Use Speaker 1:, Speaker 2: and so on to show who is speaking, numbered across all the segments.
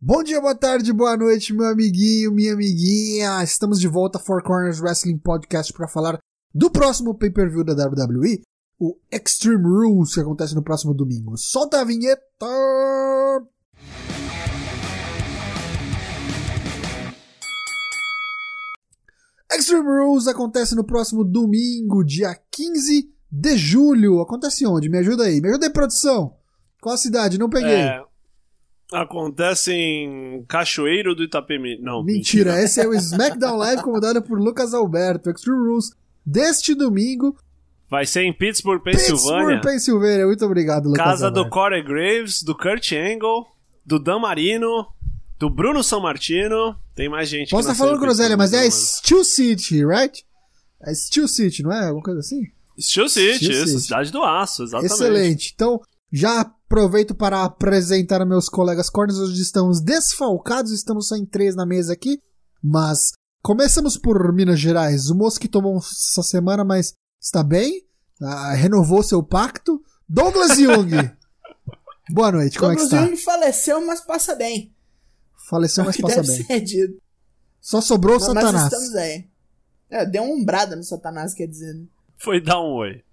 Speaker 1: Bom dia, boa tarde, boa noite, meu amiguinho, minha amiguinha. Estamos de volta Four Corners Wrestling Podcast para falar do próximo pay-per-view da WWE, o Extreme Rules, que acontece no próximo domingo. Solta a vinheta! Extreme Rules acontece no próximo domingo, dia 15 de julho. Acontece onde? Me ajuda aí. Me ajuda aí, produção. Qual a cidade? Não peguei.
Speaker 2: É, acontece em Cachoeiro do Itapemi. Não,
Speaker 1: Mentira,
Speaker 2: mentira.
Speaker 1: esse é o SmackDown Live comandado por Lucas Alberto, Extreme Rules, deste domingo,
Speaker 2: Vai ser em Pittsburgh, Pensilvânia.
Speaker 1: Pittsburgh, Pensilvânia. Muito obrigado, Lucas
Speaker 2: Casa do
Speaker 1: Alberto.
Speaker 2: Corey Graves, do Kurt Angle, do Dan Marino, do Bruno San Martino. Tem mais gente. que
Speaker 1: Posso estar
Speaker 2: nasceu
Speaker 1: falando
Speaker 2: em
Speaker 1: groselha, mas é
Speaker 2: Pittsburgh,
Speaker 1: Steel City, right? É Steel City, não é? Alguma coisa assim?
Speaker 2: mano. Steel City,
Speaker 1: Steel
Speaker 2: isso,
Speaker 1: City.
Speaker 2: Cidade do Aço, exatamente.
Speaker 1: Excelente. Então, já aproveito para apresentar meus colegas corners. Hoje estamos desfalcados, estamos só em três na mesa aqui. Mas começamos por Minas Gerais. O moço que tomou essa semana, mas está bem, ah, renovou seu pacto. Douglas Jung. Boa noite, como é que
Speaker 3: Douglas
Speaker 1: está?
Speaker 3: Jung faleceu, mas passa bem.
Speaker 1: Faleceu, mas
Speaker 3: Que
Speaker 1: passa
Speaker 3: deve
Speaker 1: bem.
Speaker 3: ser dito.
Speaker 1: Só sobrou o
Speaker 3: Mas nós
Speaker 1: Satanás.
Speaker 3: estamos aí. É, deu uma umbrada no Satanás, quer dizer. né?
Speaker 2: Foi dar um oi.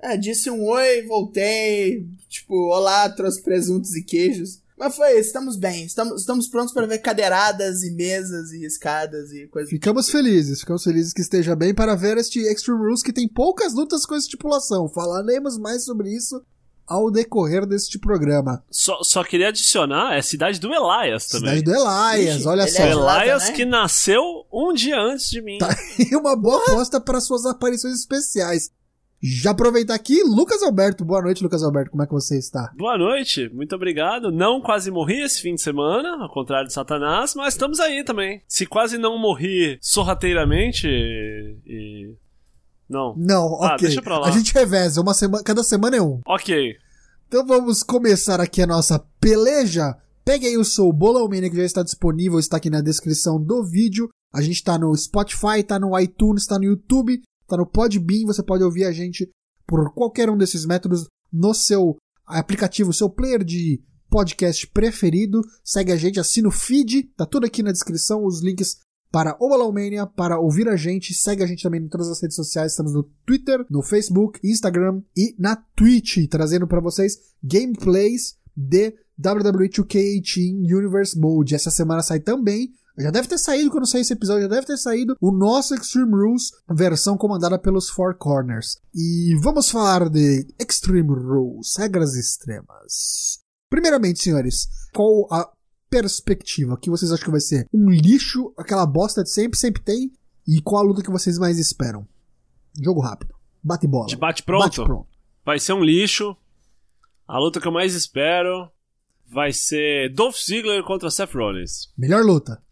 Speaker 3: É, disse um oi, voltei. Tipo, olá, trouxe presuntos e queijos. Mas foi isso, estamos bem. Estamos, estamos prontos para ver cadeiradas e mesas e escadas e coisas.
Speaker 1: Ficamos felizes, ficamos felizes que esteja bem para ver este Extreme Rules que tem poucas lutas com estipulação. Falaremos mais sobre isso ao decorrer deste programa.
Speaker 2: Só, só queria adicionar, é Cidade do Elias também.
Speaker 1: Cidade do Elias,
Speaker 3: Ixi,
Speaker 1: olha
Speaker 3: ele
Speaker 1: só.
Speaker 3: é
Speaker 2: O
Speaker 3: Lata,
Speaker 2: Elias
Speaker 3: né?
Speaker 2: que nasceu um dia antes de
Speaker 1: Tá,
Speaker 2: mim.
Speaker 1: E uma boa aposta para suas aparições especiais. Já aproveitar aqui, Lucas Alberto. Boa noite, Lucas Alberto. Como é que você está?
Speaker 2: Boa noite, muito obrigado. Não quase morri esse fim de semana, ao contrário de Satanás, mas estamos aí também. Se quase não morri sorrateiramente e. e- Não.
Speaker 1: Não,
Speaker 2: Ah,
Speaker 1: ok.
Speaker 2: deixa pra lá.
Speaker 1: A gente reveza, uma semana, cada semana é um.
Speaker 2: Ok.
Speaker 1: Então vamos começar aqui a nossa peleja. Pegue aí o seu Bolaumania que já está disponível, está aqui na descrição do vídeo. A gente está no Spotify, está no iTunes, está no YouTube, está no Podbean. Você pode ouvir a gente por qualquer um desses métodos no seu aplicativo, seu player de podcast preferido. Segue a gente, assina o feed, tá tudo aqui na descrição, os links para o Bolaumania, para ouvir a gente. Segue a gente também em todas as redes sociais, estamos no Twitter, no Facebook, Instagram e na Twitch, trazendo para vocês gameplays de WWE 2K18 Universe Mode. Essa semana sai também já deve ter saído quando sair esse episódio, já deve ter saído o nosso Extreme Rules, versão comandada pelos Four Corners. E vamos falar de Extreme Rules, regras extremas. Primeiramente, senhores, qual a perspectiva? Que vocês acham que vai ser um lixo, aquela bosta de sempre, sempre tem? E qual a luta que vocês mais esperam? Jogo rápido. Bate bola.
Speaker 2: De bate-pronto?
Speaker 1: Bate pronto.
Speaker 2: Vai ser um lixo. A luta que eu mais espero vai ser Dolph Ziggler contra Seth Rollins.
Speaker 1: Melhor luta.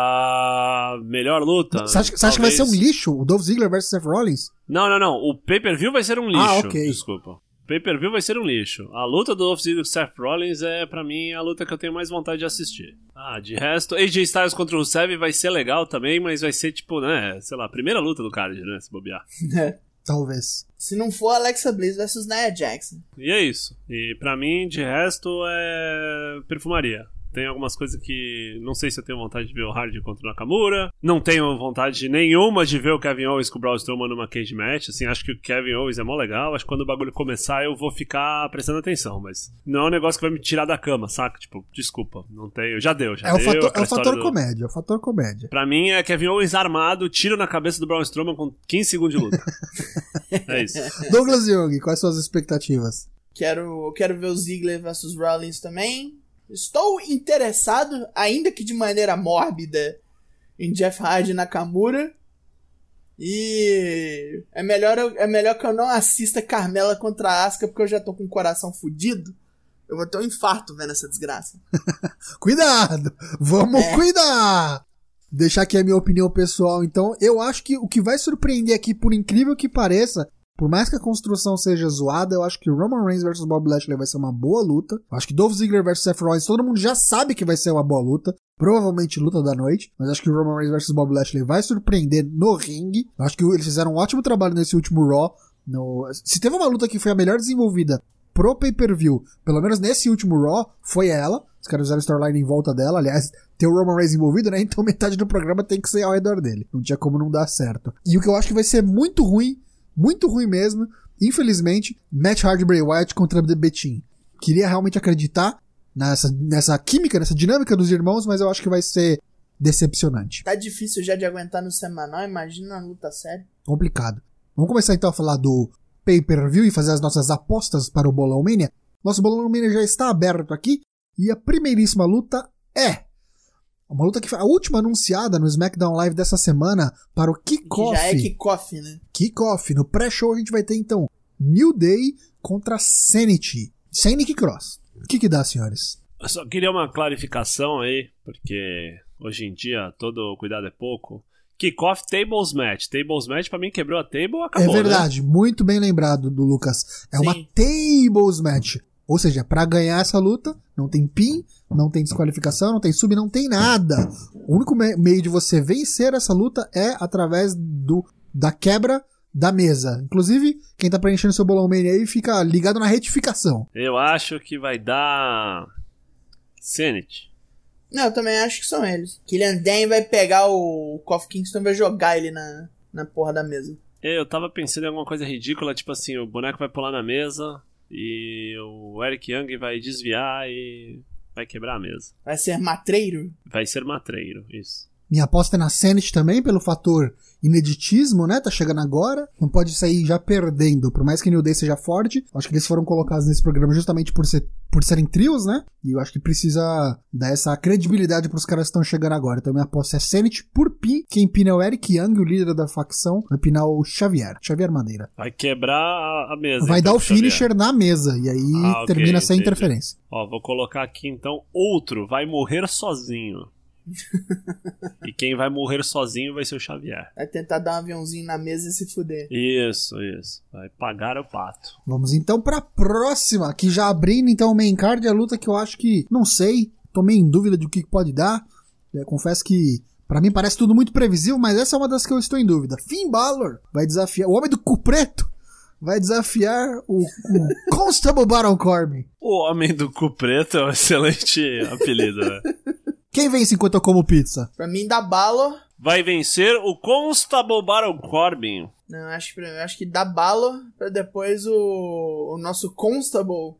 Speaker 2: Ah, melhor luta.
Speaker 1: Você acha, você acha que vai ser um
Speaker 2: talvez.
Speaker 1: lixo? O Dolph Ziggler versus Seth Rollins?
Speaker 2: Não, não, não. O pay-per-view vai ser um lixo.
Speaker 1: Ah, ok.
Speaker 2: Desculpa. O pay-per-view vai ser um lixo. A luta do Dolph Ziggler com o Seth Rollins é, pra mim, a luta que eu tenho mais vontade de assistir. Ah, de resto, AJ Styles contra o Rusev vai ser legal também, mas vai ser, tipo, né, sei lá, a primeira luta do card, né, se bobear.
Speaker 3: Né?
Speaker 1: Talvez.
Speaker 3: Se não for Alexa Bliss versus Nia Jackson.
Speaker 2: E é isso. E pra mim, de resto, é perfumaria. Tem algumas coisas que não sei se eu tenho vontade de ver o Hardy contra o Nakamura. Não tenho vontade nenhuma de ver o Kevin Owens com o Braun Strowman numa cage match. Assim, acho que o Kevin Owens é mó legal. Acho que quando o bagulho começar eu vou ficar prestando atenção. Mas não é um negócio que vai me tirar da cama, saca? Tipo, desculpa, não tenho. Já deu, já
Speaker 1: É o
Speaker 2: deu.
Speaker 1: fator, é
Speaker 2: aquela
Speaker 1: o
Speaker 2: história
Speaker 1: fator
Speaker 2: do-
Speaker 1: comédia, é o fator comédia.
Speaker 2: Pra mim é Kevin Owens armado, tiro na cabeça do Braun Strowman com 15 segundos de luta. é isso.
Speaker 1: Douglas Young, quais suas expectativas?
Speaker 3: Quero, eu quero ver o Ziggler versus Rollins também. Estou interessado, ainda que de maneira mórbida, em Jeff Hardy e Nakamura. E é melhor, eu- é melhor que eu não assista Carmela contra a Asuka, porque eu já tô com o coração fudido. Eu vou ter um infarto vendo essa desgraça.
Speaker 1: Cuidado! Vamos
Speaker 3: É.
Speaker 1: cuidar! Deixar aqui a minha opinião pessoal, então. Eu acho que o que vai surpreender aqui, por incrível que pareça, por mais que a construção seja zoada, eu acho que Roman Reigns versus Bob Lashley vai ser uma boa luta. Eu acho que Dolph Ziggler versus Seth Rollins, todo mundo já sabe que vai ser uma boa luta. Provavelmente luta da noite, mas acho que o Roman Reigns versus Bob Lashley vai surpreender no ringue. Eu acho que eles fizeram um ótimo trabalho nesse último Raw. No... Se teve uma luta que foi a melhor desenvolvida pro pay-per-view, pelo menos nesse último Raw, foi ela. Os caras usaram storyline em volta dela. Aliás, tem o Roman Reigns envolvido, né? Então metade do programa tem que ser ao redor dele. Não tinha como não dar certo. E o que eu acho que vai ser muito ruim, muito ruim mesmo, infelizmente, Matt Hardy e Bray Wyatt contra The Betin. Queria realmente acreditar nessa, nessa química, nessa dinâmica dos irmãos, mas eu acho que vai ser decepcionante.
Speaker 3: Tá difícil já de aguentar no semanal, imagina a luta séria.
Speaker 1: Complicado. Vamos começar então a falar do pay-per-view e fazer as nossas apostas para o Bolão Mania. Nosso Bolão Mania já está aberto aqui e a primeiríssima luta é uma luta que foi a última anunciada no SmackDown Live dessa semana para o kickoff.
Speaker 3: Já é kickoff, né?
Speaker 1: Kickoff. No pré-show a gente vai ter então New Day contra Sanity. Sem Nick Cross. O que, que dá, senhores?
Speaker 2: Eu só queria uma clarificação aí, porque hoje em dia todo cuidado é pouco. Kickoff Tables Match. Tables Match pra mim quebrou a table, acabou. né?
Speaker 1: é verdade, muito bem lembrado do Lucas. É uma
Speaker 3: Sim.
Speaker 1: Tables Match. Ou seja, pra ganhar essa luta, não tem pin, não tem desqualificação, não tem sub, não tem nada. O único me- meio de você vencer essa luta é através do da quebra da mesa. Inclusive, quem tá preenchendo seu bolão mania aí fica ligado na retificação.
Speaker 2: Né? Eu acho que vai dar. Senate.
Speaker 3: Não, eu também acho que são eles. Killian Dan vai pegar o Kofi Kingston e vai jogar ele na, na porra da mesa.
Speaker 2: Eu tava pensando em alguma coisa ridícula, tipo assim, o boneco vai pular na mesa e o Eric Young vai desviar e vai quebrar a mesa.
Speaker 3: Vai ser matreiro?
Speaker 2: Vai ser matreiro, isso.
Speaker 1: Minha aposta é na Senate também, pelo fator ineditismo, né? Tá chegando agora. Não pode sair já perdendo. Por mais que New Day seja forte, acho que eles foram colocados nesse programa justamente por, ser, por serem trios, né? E eu acho que precisa dar essa credibilidade pros caras que estão chegando agora. Então minha aposta é Senate por pin. Quem pina é o Eric Young, o líder da facção, vai pinar o Xavier. Xavier Madeira.
Speaker 2: Vai quebrar a- a mesa.
Speaker 1: Vai
Speaker 2: então,
Speaker 1: dar o
Speaker 2: Xavier.
Speaker 1: finisher na mesa. E aí
Speaker 2: Ah, ok,
Speaker 1: termina sem
Speaker 2: entendi.
Speaker 1: interferência.
Speaker 2: Ó, vou colocar aqui então outro. Vai morrer sozinho. e quem vai morrer sozinho vai ser o Xavier.
Speaker 3: Vai tentar dar um aviãozinho na mesa e se fuder.
Speaker 2: Isso, isso. Vai pagar o pato.
Speaker 1: Vamos então pra próxima, que já abrindo então o main card, é a luta que eu acho que não sei, tô meio em dúvida do que que pode dar. É, confesso que pra mim parece tudo muito previsível, mas essa é uma das que eu estou em dúvida. Finn Balor vai desafiar, o homem do cu preto vai desafiar o, o Constable Baron Corbin.
Speaker 2: O Homem do Cu Preto é um excelente apelido, né?
Speaker 1: Quem vence enquanto eu como pizza?
Speaker 3: Pra mim, dá Balor.
Speaker 2: Vai vencer o Constable Baron Corbin.
Speaker 3: Não, acho, que- eu acho que dá Balor pra depois o, o nosso Constable,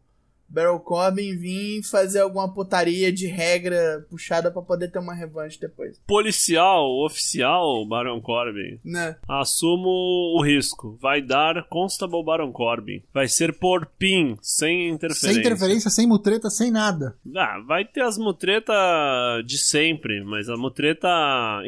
Speaker 3: Barrel Corbin, vir fazer alguma putaria de regra puxada pra poder ter uma revanche depois.
Speaker 2: Policial, oficial Baron Corbin.
Speaker 3: Né?
Speaker 2: Assumo o risco. Vai dar Constable Baron Corbin. Vai ser por PIN, sem interferência.
Speaker 1: Sem interferência, sem mutreta, sem nada.
Speaker 2: Ah, vai ter as mutretas de sempre, mas a mutreta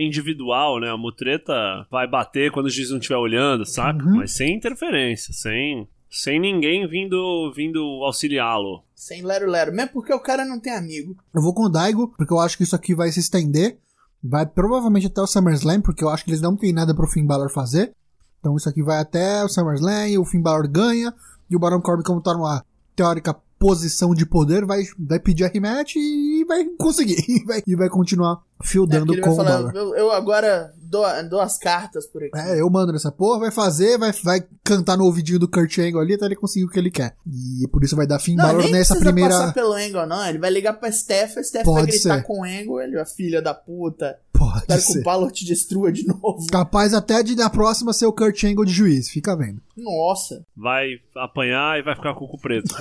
Speaker 2: individual, né? A mutreta vai bater quando o juiz não estiver olhando, saca?
Speaker 1: Uhum.
Speaker 2: Mas sem interferência, sem, sem ninguém vindo, vindo auxiliá-lo.
Speaker 3: Sem lero-lero. Mesmo porque o cara não tem amigo.
Speaker 1: Eu vou com o Daigo, porque eu acho que isso aqui vai se estender. Vai provavelmente até o SummerSlam, porque eu acho que eles não têm nada pro Finn Balor fazer. Então isso aqui vai até o SummerSlam, o Finn Balor ganha, e o Baron Corbin, como tá numa teórica posição de poder, vai, vai pedir a rematch e vai conseguir. E vai, e vai continuar
Speaker 3: É, porque
Speaker 1: fieldando
Speaker 3: ele
Speaker 1: com
Speaker 3: vai
Speaker 1: o
Speaker 3: falar,
Speaker 1: Balor.
Speaker 3: eu, eu agora dou, dou as cartas por aqui.
Speaker 1: É, eu mando nessa porra, vai fazer, vai, vai cantar no ouvidinho do Kurt Angle ali até ele conseguir o que ele quer. E por isso vai dar Finn
Speaker 3: Não,
Speaker 1: Balor
Speaker 3: nem
Speaker 1: nessa
Speaker 3: precisa
Speaker 1: primeira.
Speaker 3: passar pelo Angle, não. Ele vai ligar pra Steph, a Steph vai
Speaker 1: Pode
Speaker 3: gritar
Speaker 1: ser.
Speaker 3: com o Angle, ele, a filha da puta.
Speaker 1: Pode
Speaker 3: Espero que o
Speaker 1: ser.
Speaker 3: Balor te destrua de novo.
Speaker 1: Capaz até de na próxima ser o Kurt Angle de juiz, fica vendo.
Speaker 3: Nossa.
Speaker 2: Vai apanhar e vai ficar com o cu preto.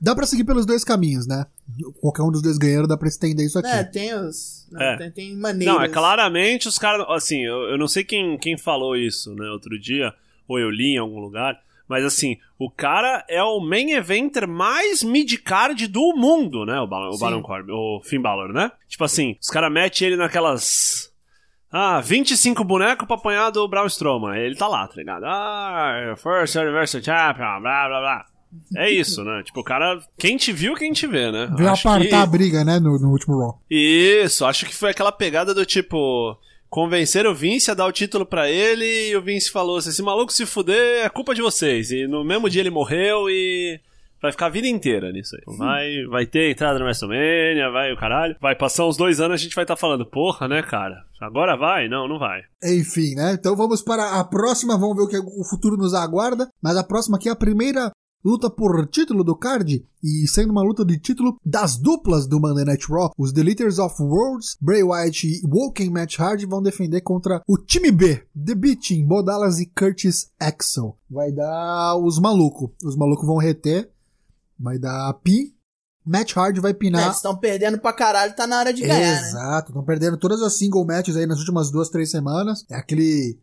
Speaker 1: Dá pra seguir pelos dois caminhos, né? Qualquer um dos dois ganhando, dá pra estender isso Tá aqui.
Speaker 3: É, tem os. não,
Speaker 2: É.
Speaker 3: Tem, tem maneiras.
Speaker 2: não, é claramente os caras. Assim, eu, eu não sei quem, quem falou isso, né? Outro dia, ou eu li em algum lugar. Mas assim, o cara é o main eventer mais mid-card do mundo, né? O, Bal o
Speaker 3: Sim.
Speaker 2: Baron Corbin, o Finn Balor, né? Tipo assim, os caras metem ele naquelas. Ah, 25 bonecos pra apanhar do Braun Strowman. Ele tá lá, tá ligado? Ah, First Universal Champion, blá blá blá. É isso, né? Tipo, o cara. Quem te viu, quem te vê, né?
Speaker 1: Veio
Speaker 2: Acho que-
Speaker 1: apartar a briga, né, no, no último Raw.
Speaker 2: isso, acho que foi aquela pegada do tipo. Convencer o Vince a dar o título pra ele e o Vince falou assim: esse maluco se fuder, é culpa de vocês. E no mesmo dia ele morreu e. Vai ficar a vida inteira nisso aí. Uhum. Vai, vai ter entrada no WrestleMania, vai o caralho. Vai passar uns dois anos a gente vai estar falando, porra, né, cara? Agora vai? Não, não vai.
Speaker 1: Enfim, né? Então vamos para a próxima, vamos ver o que o futuro nos aguarda. Mas a próxima aqui é a primeira luta por título do card e sendo uma luta de título das duplas do Monday Night Raw, os The Leaders of Worlds, Bray Wyatt e Woken Match Hard vão defender contra o time B, The Beating, Bodalas e Curtis Axel. Vai dar os malucos. Os malucos vão reter, vai dar pin. Match Hard vai
Speaker 3: É,
Speaker 1: pinar
Speaker 3: eles estão perdendo pra caralho, tá na hora de ganhar, né?
Speaker 1: Exato, é estão perdendo todas as single matches aí nas últimas duas, três semanas. É aquele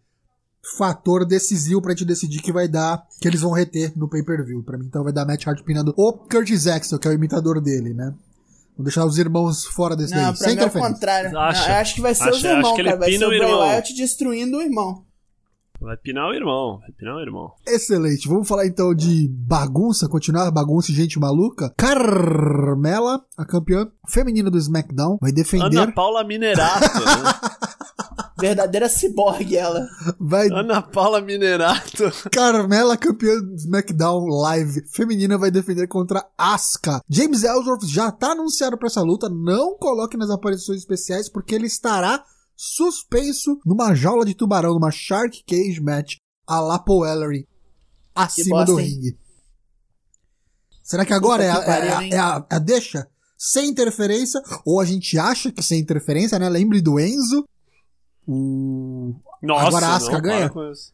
Speaker 1: fator decisivo pra gente decidir que vai dar, que eles vão reter no pay-per-view. Pra mim, então, vai dar Matt Hart pinando o Curtis Axel, que é o imitador dele, né? Vou deixar os irmãos fora desse
Speaker 3: Não,
Speaker 1: daí,
Speaker 3: pra
Speaker 1: sem
Speaker 3: mim é o
Speaker 1: interferência.
Speaker 3: contrário. Não,
Speaker 2: Acha.
Speaker 3: eu acho que vai ser os
Speaker 2: Acha, acho
Speaker 3: irmãos,
Speaker 2: que ele
Speaker 3: cara. Vai ser
Speaker 2: pina
Speaker 3: o
Speaker 2: o
Speaker 3: Bray
Speaker 2: irmão.
Speaker 3: Wyatt destruindo o irmão.
Speaker 2: Vai pinar o irmão, vai pinar o irmão.
Speaker 1: Excelente. Vamos falar então de bagunça, continuar a bagunça e gente maluca. Carmela, a campeã feminina do SmackDown, vai defender,
Speaker 2: Ana Paula Minerato, né?
Speaker 3: Verdadeira ciborgue ela.
Speaker 1: vai
Speaker 2: Ana Paula Minerato.
Speaker 1: Carmela, campeã do SmackDown Live feminina, vai defender contra Asuka. James Ellsworth já tá anunciado pra essa luta. Não coloque nas aparições especiais, porque ele estará suspenso numa jaula de tubarão, numa Shark Cage Match, a La Paul Ellery, acima
Speaker 3: bosta,
Speaker 1: do
Speaker 3: hein?
Speaker 1: ringue. Será que agora é,
Speaker 3: Puta
Speaker 1: a,
Speaker 3: que pariu,
Speaker 1: é a-
Speaker 3: hein?
Speaker 1: é a- é a deixa? Sem interferência, ou a gente acha que sem interferência, né? Lembre do Enzo. O...
Speaker 2: Nossa,
Speaker 1: Agora a Asuka
Speaker 2: não,
Speaker 1: ganha?
Speaker 2: para com isso.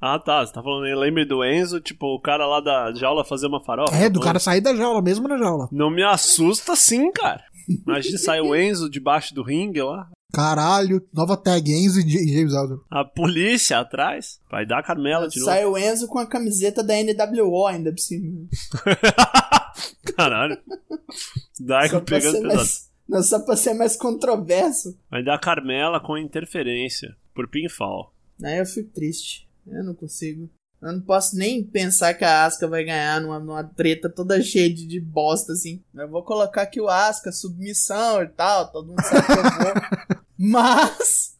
Speaker 2: Ah, tá. Você tá falando, eu lembro do Enzo, tipo, o cara lá da jaula fazer uma farofa.
Speaker 1: É, do
Speaker 2: Não- é?
Speaker 1: cara sair da jaula, mesmo na jaula.
Speaker 2: Não me assusta sim, cara. Imagina sai o Enzo debaixo do ringue lá.
Speaker 1: Caralho, nova tag Enzo e J- James Elder.
Speaker 2: A polícia atrás. Vai dar a Carmela de novo.
Speaker 3: Sai o Enzo com a camiseta da NWO ainda por cima.
Speaker 2: Caralho. Dark
Speaker 3: Só pra,
Speaker 2: pegando
Speaker 3: ser
Speaker 2: pesado.
Speaker 3: mais, não, só pra ser mais controverso.
Speaker 2: Vai dar a Carmela com interferência. Por pinfall.
Speaker 3: Aí eu fico triste. Eu não consigo. Eu não posso nem pensar que a Asca vai ganhar numa, numa treta toda cheia de, de bosta, assim. Eu vou colocar aqui o Asca, submissão e tal, todo mundo sabe que eu vou. Mas.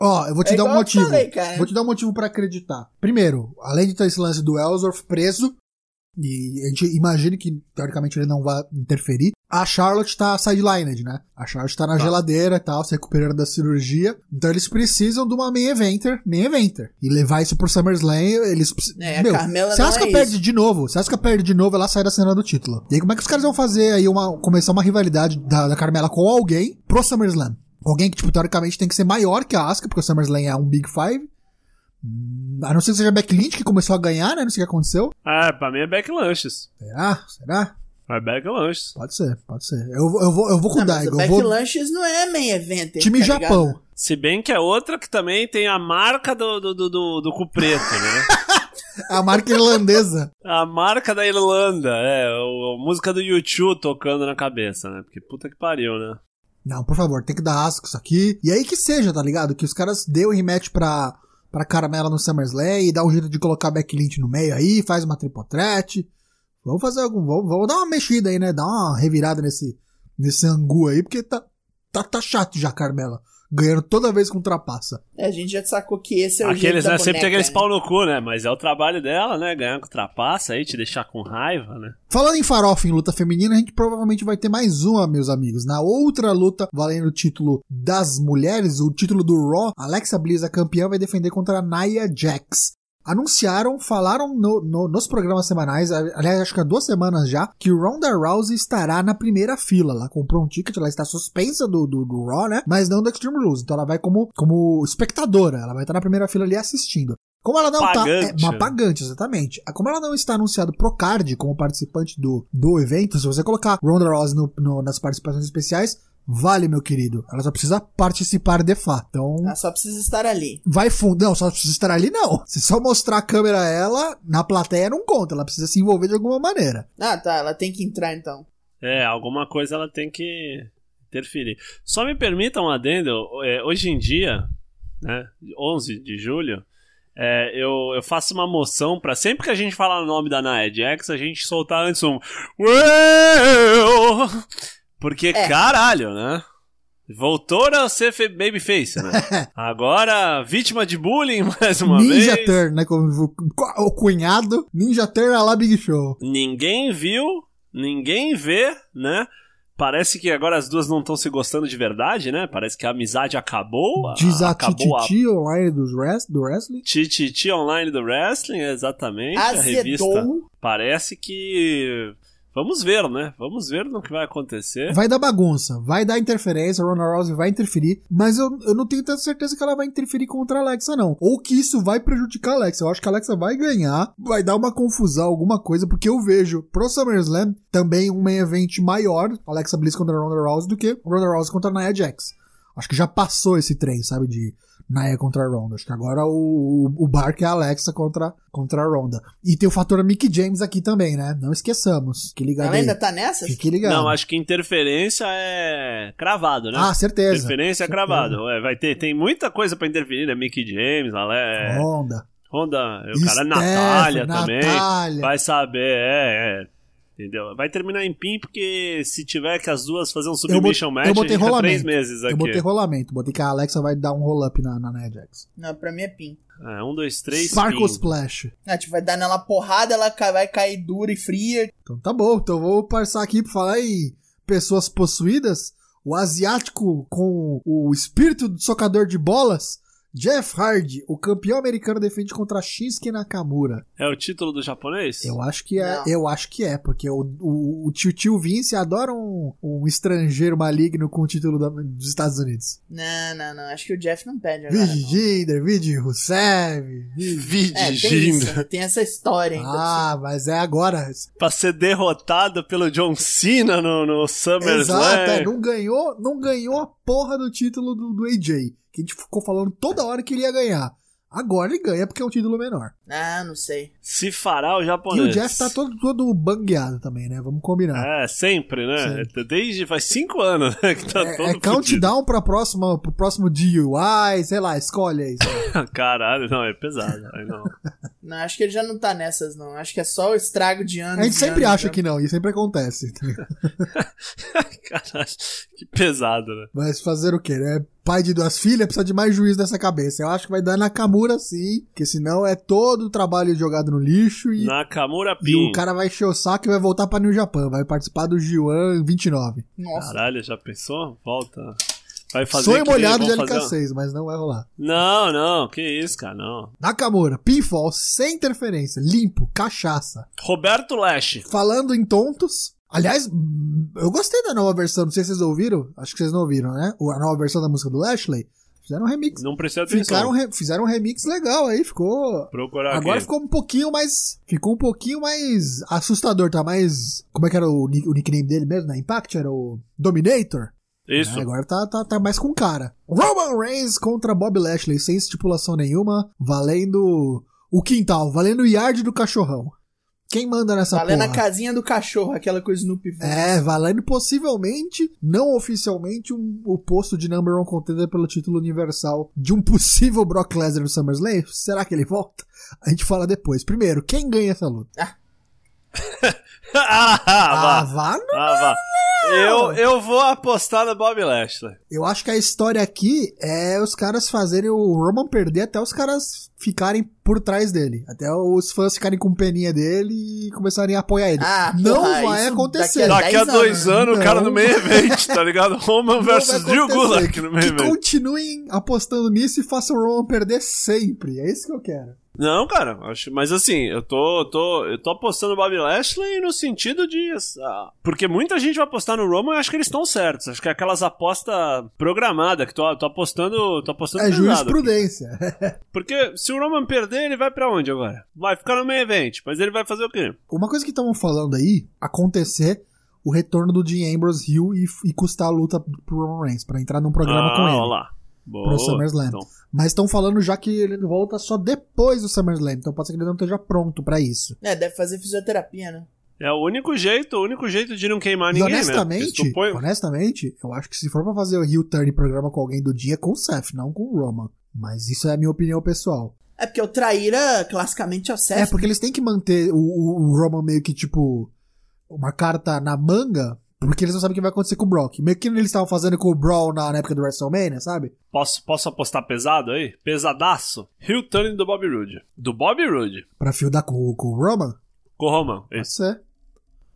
Speaker 1: Ó, eu vou te
Speaker 3: é
Speaker 1: dar um
Speaker 3: igual eu
Speaker 1: motivo.
Speaker 3: Falei, cara.
Speaker 1: Vou te dar um motivo pra acreditar. Primeiro, além de ter esse lance do Ellsworth preso, e a gente imagina que teoricamente ele não vai interferir, a Charlotte tá sidelined, né? A Charlotte tá na
Speaker 2: Tá.
Speaker 1: geladeira e tal, se recuperando da cirurgia. Então eles precisam de uma main eventer, main eventer. E levar isso pro SummerSlam, eles precisam.
Speaker 3: É, a Carmela
Speaker 1: se a
Speaker 3: não
Speaker 1: Asuka
Speaker 3: é
Speaker 1: perde
Speaker 3: isso.
Speaker 1: de novo, se a Asuka perde de novo, ela sai da cena do título. E aí como é que os caras vão fazer aí uma, começar uma rivalidade da, da Carmela com alguém pro SummerSlam? Alguém que, tipo, teoricamente tem que ser maior que a Asuka, porque o SummerSlam é um Big Five. Hum, A não ser que seja a Becky Lynch que começou a ganhar, né? Não sei o que aconteceu.
Speaker 2: É, pra mim é backlunches.
Speaker 1: Será? Será?
Speaker 2: É backlunches.
Speaker 1: Pode ser, pode ser. Eu, eu vou, eu vou com
Speaker 3: Não,
Speaker 1: o
Speaker 3: mas
Speaker 1: um Daigo.
Speaker 3: o
Speaker 1: Eu
Speaker 3: Beck
Speaker 1: vou
Speaker 3: Lunches não é main event.
Speaker 1: time
Speaker 3: tá ligado?
Speaker 1: Japão.
Speaker 2: Se bem que é outra que também tem a marca do, do, do, do, do cu preto, né?
Speaker 1: A marca irlandesa.
Speaker 2: A marca da Irlanda, é. o- a música do YouTube tocando na cabeça, né? Porque puta que pariu, né?
Speaker 1: Não, por favor, tem que dar asco isso aqui. E aí que seja, tá ligado? Que os caras dê o rematch pra, pra Carmela no SummerSlam e dá um jeito de colocar a Becky Lynch no meio aí, faz uma tripotrete. Vamos fazer algum. Vamos, vamos dar uma mexida aí, né? Dar uma revirada nesse, nesse angu aí, porque tá, tá, tá chato já, Carmela. Ganhando toda vez que ultrapassa.
Speaker 3: É, a gente já sacou que esse é o jeito
Speaker 2: Aqueles,
Speaker 3: da
Speaker 2: né? Sempre tem
Speaker 3: boneca,
Speaker 2: aqueles
Speaker 3: né?
Speaker 2: pau no cu, né? Mas é o trabalho dela, né? Ganhar com trapaça aí, te deixar com raiva, né?
Speaker 1: Falando em farofa em luta feminina, a gente provavelmente vai ter mais uma, meus amigos. Na outra luta, valendo o título das mulheres, o título do Raw, Alexa Bliss, a campeã, vai defender contra a Nia Jax. Anunciaram, falaram no- no- nos programas semanais, a- aliás, acho que há duas semanas já, que Ronda Rousey estará na primeira fila. Ela comprou um ticket, ela está suspensa do, do, do Raw, né? Mas não do Extreme Rules. Então ela vai como, como espectadora, ela vai estar na primeira fila ali assistindo. Como ela não tá.
Speaker 2: Pagante,
Speaker 1: É, uma
Speaker 2: né?
Speaker 1: pagante, exatamente. Ah, Como ela não está anunciada pro card como participante do, do evento, se você colocar Ronda Rousey no- no- nas participações especiais, vale, meu querido. Ela só precisa participar de fato. Então.
Speaker 3: Ela só precisa estar ali.
Speaker 1: Vai fundo. Não, só precisa estar ali, não. Se só mostrar a câmera a ela, na plateia não conta. Ela precisa se envolver de alguma maneira.
Speaker 3: Ah, tá, ela tem que entrar então.
Speaker 2: É, alguma coisa ela tem que interferir. Só me permitam um adendo, é, hoje em dia, né, 11 de julho, é, eu, eu faço uma moção pra sempre que a gente falar o nome da Nia Jax, a gente soltar antes um "Well", Porque,
Speaker 3: É.
Speaker 2: caralho, né? Voltou a ser fe- babyface, né? Agora, vítima de bullying mais uma
Speaker 1: Ninja
Speaker 2: vez.
Speaker 1: Turn, né? Como o- o cunhado. Ninja Turn a lá Big Show.
Speaker 2: Ninguém viu, ninguém vê, né? Parece que agora as duas não estão se gostando de verdade, né? Parece que a amizade acabou. a-
Speaker 1: Diz a
Speaker 2: acabou a
Speaker 1: Tititi online dos wrest- do wrestling.
Speaker 2: Tititi Online do Wrestling, exatamente. A revista.
Speaker 3: Azedou.
Speaker 2: Parece que. Vamos ver, né? Vamos ver no que vai acontecer.
Speaker 1: Vai dar bagunça, vai dar interferência, a Ronda Rousey vai interferir, mas eu, eu não tenho tanta certeza que ela vai interferir contra a Alexa, não. Ou que isso vai prejudicar a Alexa. Eu acho que a Alexa vai ganhar, vai dar uma confusão, alguma coisa, porque eu vejo pro SummerSlam também um main event maior, Alexa Bliss contra a Ronda Rousey, do que Ronda Rousey contra a Nia Jax. Acho que já passou esse trem, sabe, de Nia contra a Ronda. Acho que agora o, o, o barco é a Alexa contra, contra a Ronda. E tem o fator Mick James aqui também, né? Não esqueçamos. Fique ligado
Speaker 3: Ela ainda
Speaker 1: aí.
Speaker 3: tá nessa?
Speaker 1: Fique ligado.
Speaker 2: Não, acho que interferência é cravado, né?
Speaker 1: Ah, certeza.
Speaker 2: interferência é cravado. É, vai ter, tem muita coisa pra interferir, né? Mickey James, Ale...
Speaker 1: Honda.
Speaker 2: Honda, é. o cara
Speaker 1: Steph,
Speaker 2: Natália também.
Speaker 1: Natália.
Speaker 2: Vai saber, é, é. Entendeu? Vai terminar em pin, porque se tiver que as duas fazer um
Speaker 1: Eu bot-
Speaker 2: submission match,
Speaker 1: eu botei
Speaker 2: a gente fica três
Speaker 1: rolamento.
Speaker 2: meses aqui.
Speaker 1: Eu botei rolamento. Botei que a Alexa vai dar um roll-up na, na Nia Jax.
Speaker 3: Não, pra mim é pin.
Speaker 2: É, um, dois, três.
Speaker 1: Sparkle
Speaker 2: pin.
Speaker 1: Splash.
Speaker 3: Ah, tipo, vai dar nela porrada, ela ca- vai cair dura e fria.
Speaker 1: Então tá bom. Então eu vou passar aqui pra falar em pessoas possuídas. O asiático com o espírito do socador de bolas. Jeff Hardy, o campeão americano, defende contra Shinsuke Nakamura.
Speaker 2: É o título do japonês?
Speaker 1: Eu acho que é,
Speaker 3: Não.
Speaker 1: eu acho que é, porque o, o, o tio tio Vince adora um, um estrangeiro maligno com o título da- dos Estados Unidos.
Speaker 3: Não, não, não. Acho que o Jeff não pede agora.
Speaker 1: Vigi
Speaker 3: Não.
Speaker 1: Jinder, Vigi Rusev, Vigi
Speaker 3: É,
Speaker 2: Vidi
Speaker 3: tem
Speaker 2: Jinder.
Speaker 3: isso. Tem essa história ainda.
Speaker 1: Ah, mas é agora.
Speaker 2: Pra ser derrotado pelo John Cena no, no
Speaker 1: Exato, é,
Speaker 2: SummerSlam.
Speaker 1: não ganhou, não ganhou a porra do título do, do AJ, que a gente ficou falando toda hora que ele ia ganhar. Agora ele ganha porque é um título menor.
Speaker 3: Ah, não sei.
Speaker 2: Se fará o
Speaker 1: E
Speaker 2: japonês.
Speaker 1: o Jeff tá todo, todo bangueado também, né? Vamos combinar.
Speaker 2: É, sempre, né? Desde faz cinco anos né, que tá
Speaker 1: É,
Speaker 2: todo
Speaker 1: é countdown pra próxima, pro próximo DUI, sei lá, escolhe aí.
Speaker 2: fudido. Caralho, não, é pesado. Aí não.
Speaker 3: Não, acho que ele já não tá nessas, não. Acho que é só o estrago de anos.
Speaker 1: A gente
Speaker 3: de
Speaker 1: sempre
Speaker 3: anos,
Speaker 1: acha
Speaker 3: né?
Speaker 1: que não, e sempre acontece. tá ligado?
Speaker 2: Caralho, que pesado, né?
Speaker 1: Mas fazer o quê, né? Pai de duas filhas precisa de mais juiz nessa cabeça. Eu acho que vai dar Nakamura sim, porque senão é todo o trabalho jogado no lixo e
Speaker 2: Nakamura
Speaker 1: E
Speaker 2: Pin.
Speaker 1: o cara vai encher o saco e vai voltar pra New Japan. Vai participar do G1 29.
Speaker 3: Nossa.
Speaker 2: Caralho, já pensou? Volta. Vai fazer
Speaker 1: Sonho
Speaker 2: que nem
Speaker 1: molhado de
Speaker 2: vão fazer- um-
Speaker 1: LK6, mas não vai rolar.
Speaker 2: Não, não, que isso, cara, não.
Speaker 1: Nakamura, pinfall, sem interferência, limpo, cachaça.
Speaker 2: Roberto Lash.
Speaker 1: Falando em tontos. Aliás, hum, eu gostei da nova versão, não sei se vocês ouviram. Acho que vocês não ouviram, né? O- A nova versão da música do Lashley. Fizeram um remix.
Speaker 2: Não precisa atenção.
Speaker 1: Ficaram, re- fizeram um remix legal aí, ficou.
Speaker 2: Procurar
Speaker 1: Agora
Speaker 2: aqui.
Speaker 1: ficou um pouquinho mais. Ficou um pouquinho mais assustador, tá? Mais. Como é que era o, ni- o nickname dele mesmo? Na Impact? Era o Dominator?
Speaker 2: Isso.
Speaker 1: É, agora tá, tá, tá mais com cara. Roman Reigns contra Bob Lashley, sem estipulação nenhuma, valendo o quintal, valendo o yard do cachorrão. Quem manda nessa
Speaker 3: Valendo a
Speaker 1: porra?
Speaker 3: é casinha do cachorro, aquela com o Snoopy.
Speaker 1: É, valendo possivelmente, não oficialmente, um- o posto de number one contender pelo título universal de um possível Brock Lesnar no SummerSlam. Será que ele volta? A gente fala depois. Primeiro, quem ganha essa luta?
Speaker 2: ah,
Speaker 1: Ah,
Speaker 2: vá.
Speaker 1: vá no
Speaker 2: Ah, vá. Eu, eu vou apostar no Bob Lashley.
Speaker 1: Eu acho que a história aqui é os caras fazerem o Roman perder até os caras ficarem por trás dele. Até os fãs ficarem com peninha dele e começarem a apoiar ele.
Speaker 3: Ah,
Speaker 1: não
Speaker 3: porra,
Speaker 1: vai
Speaker 3: isso
Speaker 1: acontecer.
Speaker 3: daqui
Speaker 1: Não
Speaker 3: a
Speaker 2: Daqui a
Speaker 3: dez
Speaker 2: dois
Speaker 1: É, anos,
Speaker 2: anos, o cara
Speaker 1: não.
Speaker 2: no meio evento, tá ligado? Roman
Speaker 1: vai
Speaker 2: versus Drew
Speaker 1: acontecer.
Speaker 2: Gulak no meio
Speaker 1: Que
Speaker 2: evento.
Speaker 1: continuem apostando nisso e façam o Roman perder sempre. É isso que eu quero.
Speaker 2: Não, cara, acho, mas assim, eu tô, tô, eu tô apostando no Bobby Lashley no sentido de. ah, porque muita gente vai apostar no Roman e acho que eles estão certos. Acho que é aquelas apostas programadas, que tô, tô apostando. Tô apostando
Speaker 1: É
Speaker 2: pesado.
Speaker 1: jurisprudência.
Speaker 2: Porque se o Roman perder, ele vai pra onde agora? Vai ficar no meio evento, mas ele vai fazer o quê?
Speaker 1: Uma coisa que estavam falando aí, acontecer o retorno do Dean Ambrose Hill e, e custar a luta pro Roman Reigns, pra entrar num programa
Speaker 2: ah,
Speaker 1: com ele.
Speaker 2: ó lá. Boa.
Speaker 1: pro SummerSlam.
Speaker 2: Então,
Speaker 1: Mas estão falando já que ele volta só depois do SummerSlam, então pode ser que ele não esteja pronto pra isso.
Speaker 3: É, deve fazer fisioterapia, né?
Speaker 2: é o único jeito, o único jeito de não queimar
Speaker 1: e
Speaker 2: ninguém, né? Porque
Speaker 1: honestamente,
Speaker 2: se tu põe-
Speaker 1: honestamente, eu acho que se for pra fazer o Hill Turn programa com alguém do dia, é com o Seth, não com o Roman. Mas isso é a minha opinião pessoal.
Speaker 3: É porque o traíra, classicamente, é o Seth.
Speaker 1: É, porque eles têm que manter o, o- o Roman meio que, tipo, uma carta na manga, porque eles não sabem o que vai acontecer com o Brock. Meio que eles estavam fazendo com o Brawl na, na época do WrestleMania, sabe?
Speaker 2: posso, posso apostar pesado aí? Pesadaço. Hill Turn do Bobby Roode. Do Bobby Roode.
Speaker 1: Pra fildar com, com o Roman?
Speaker 2: Com o Roman.
Speaker 3: É.
Speaker 1: Pode ser.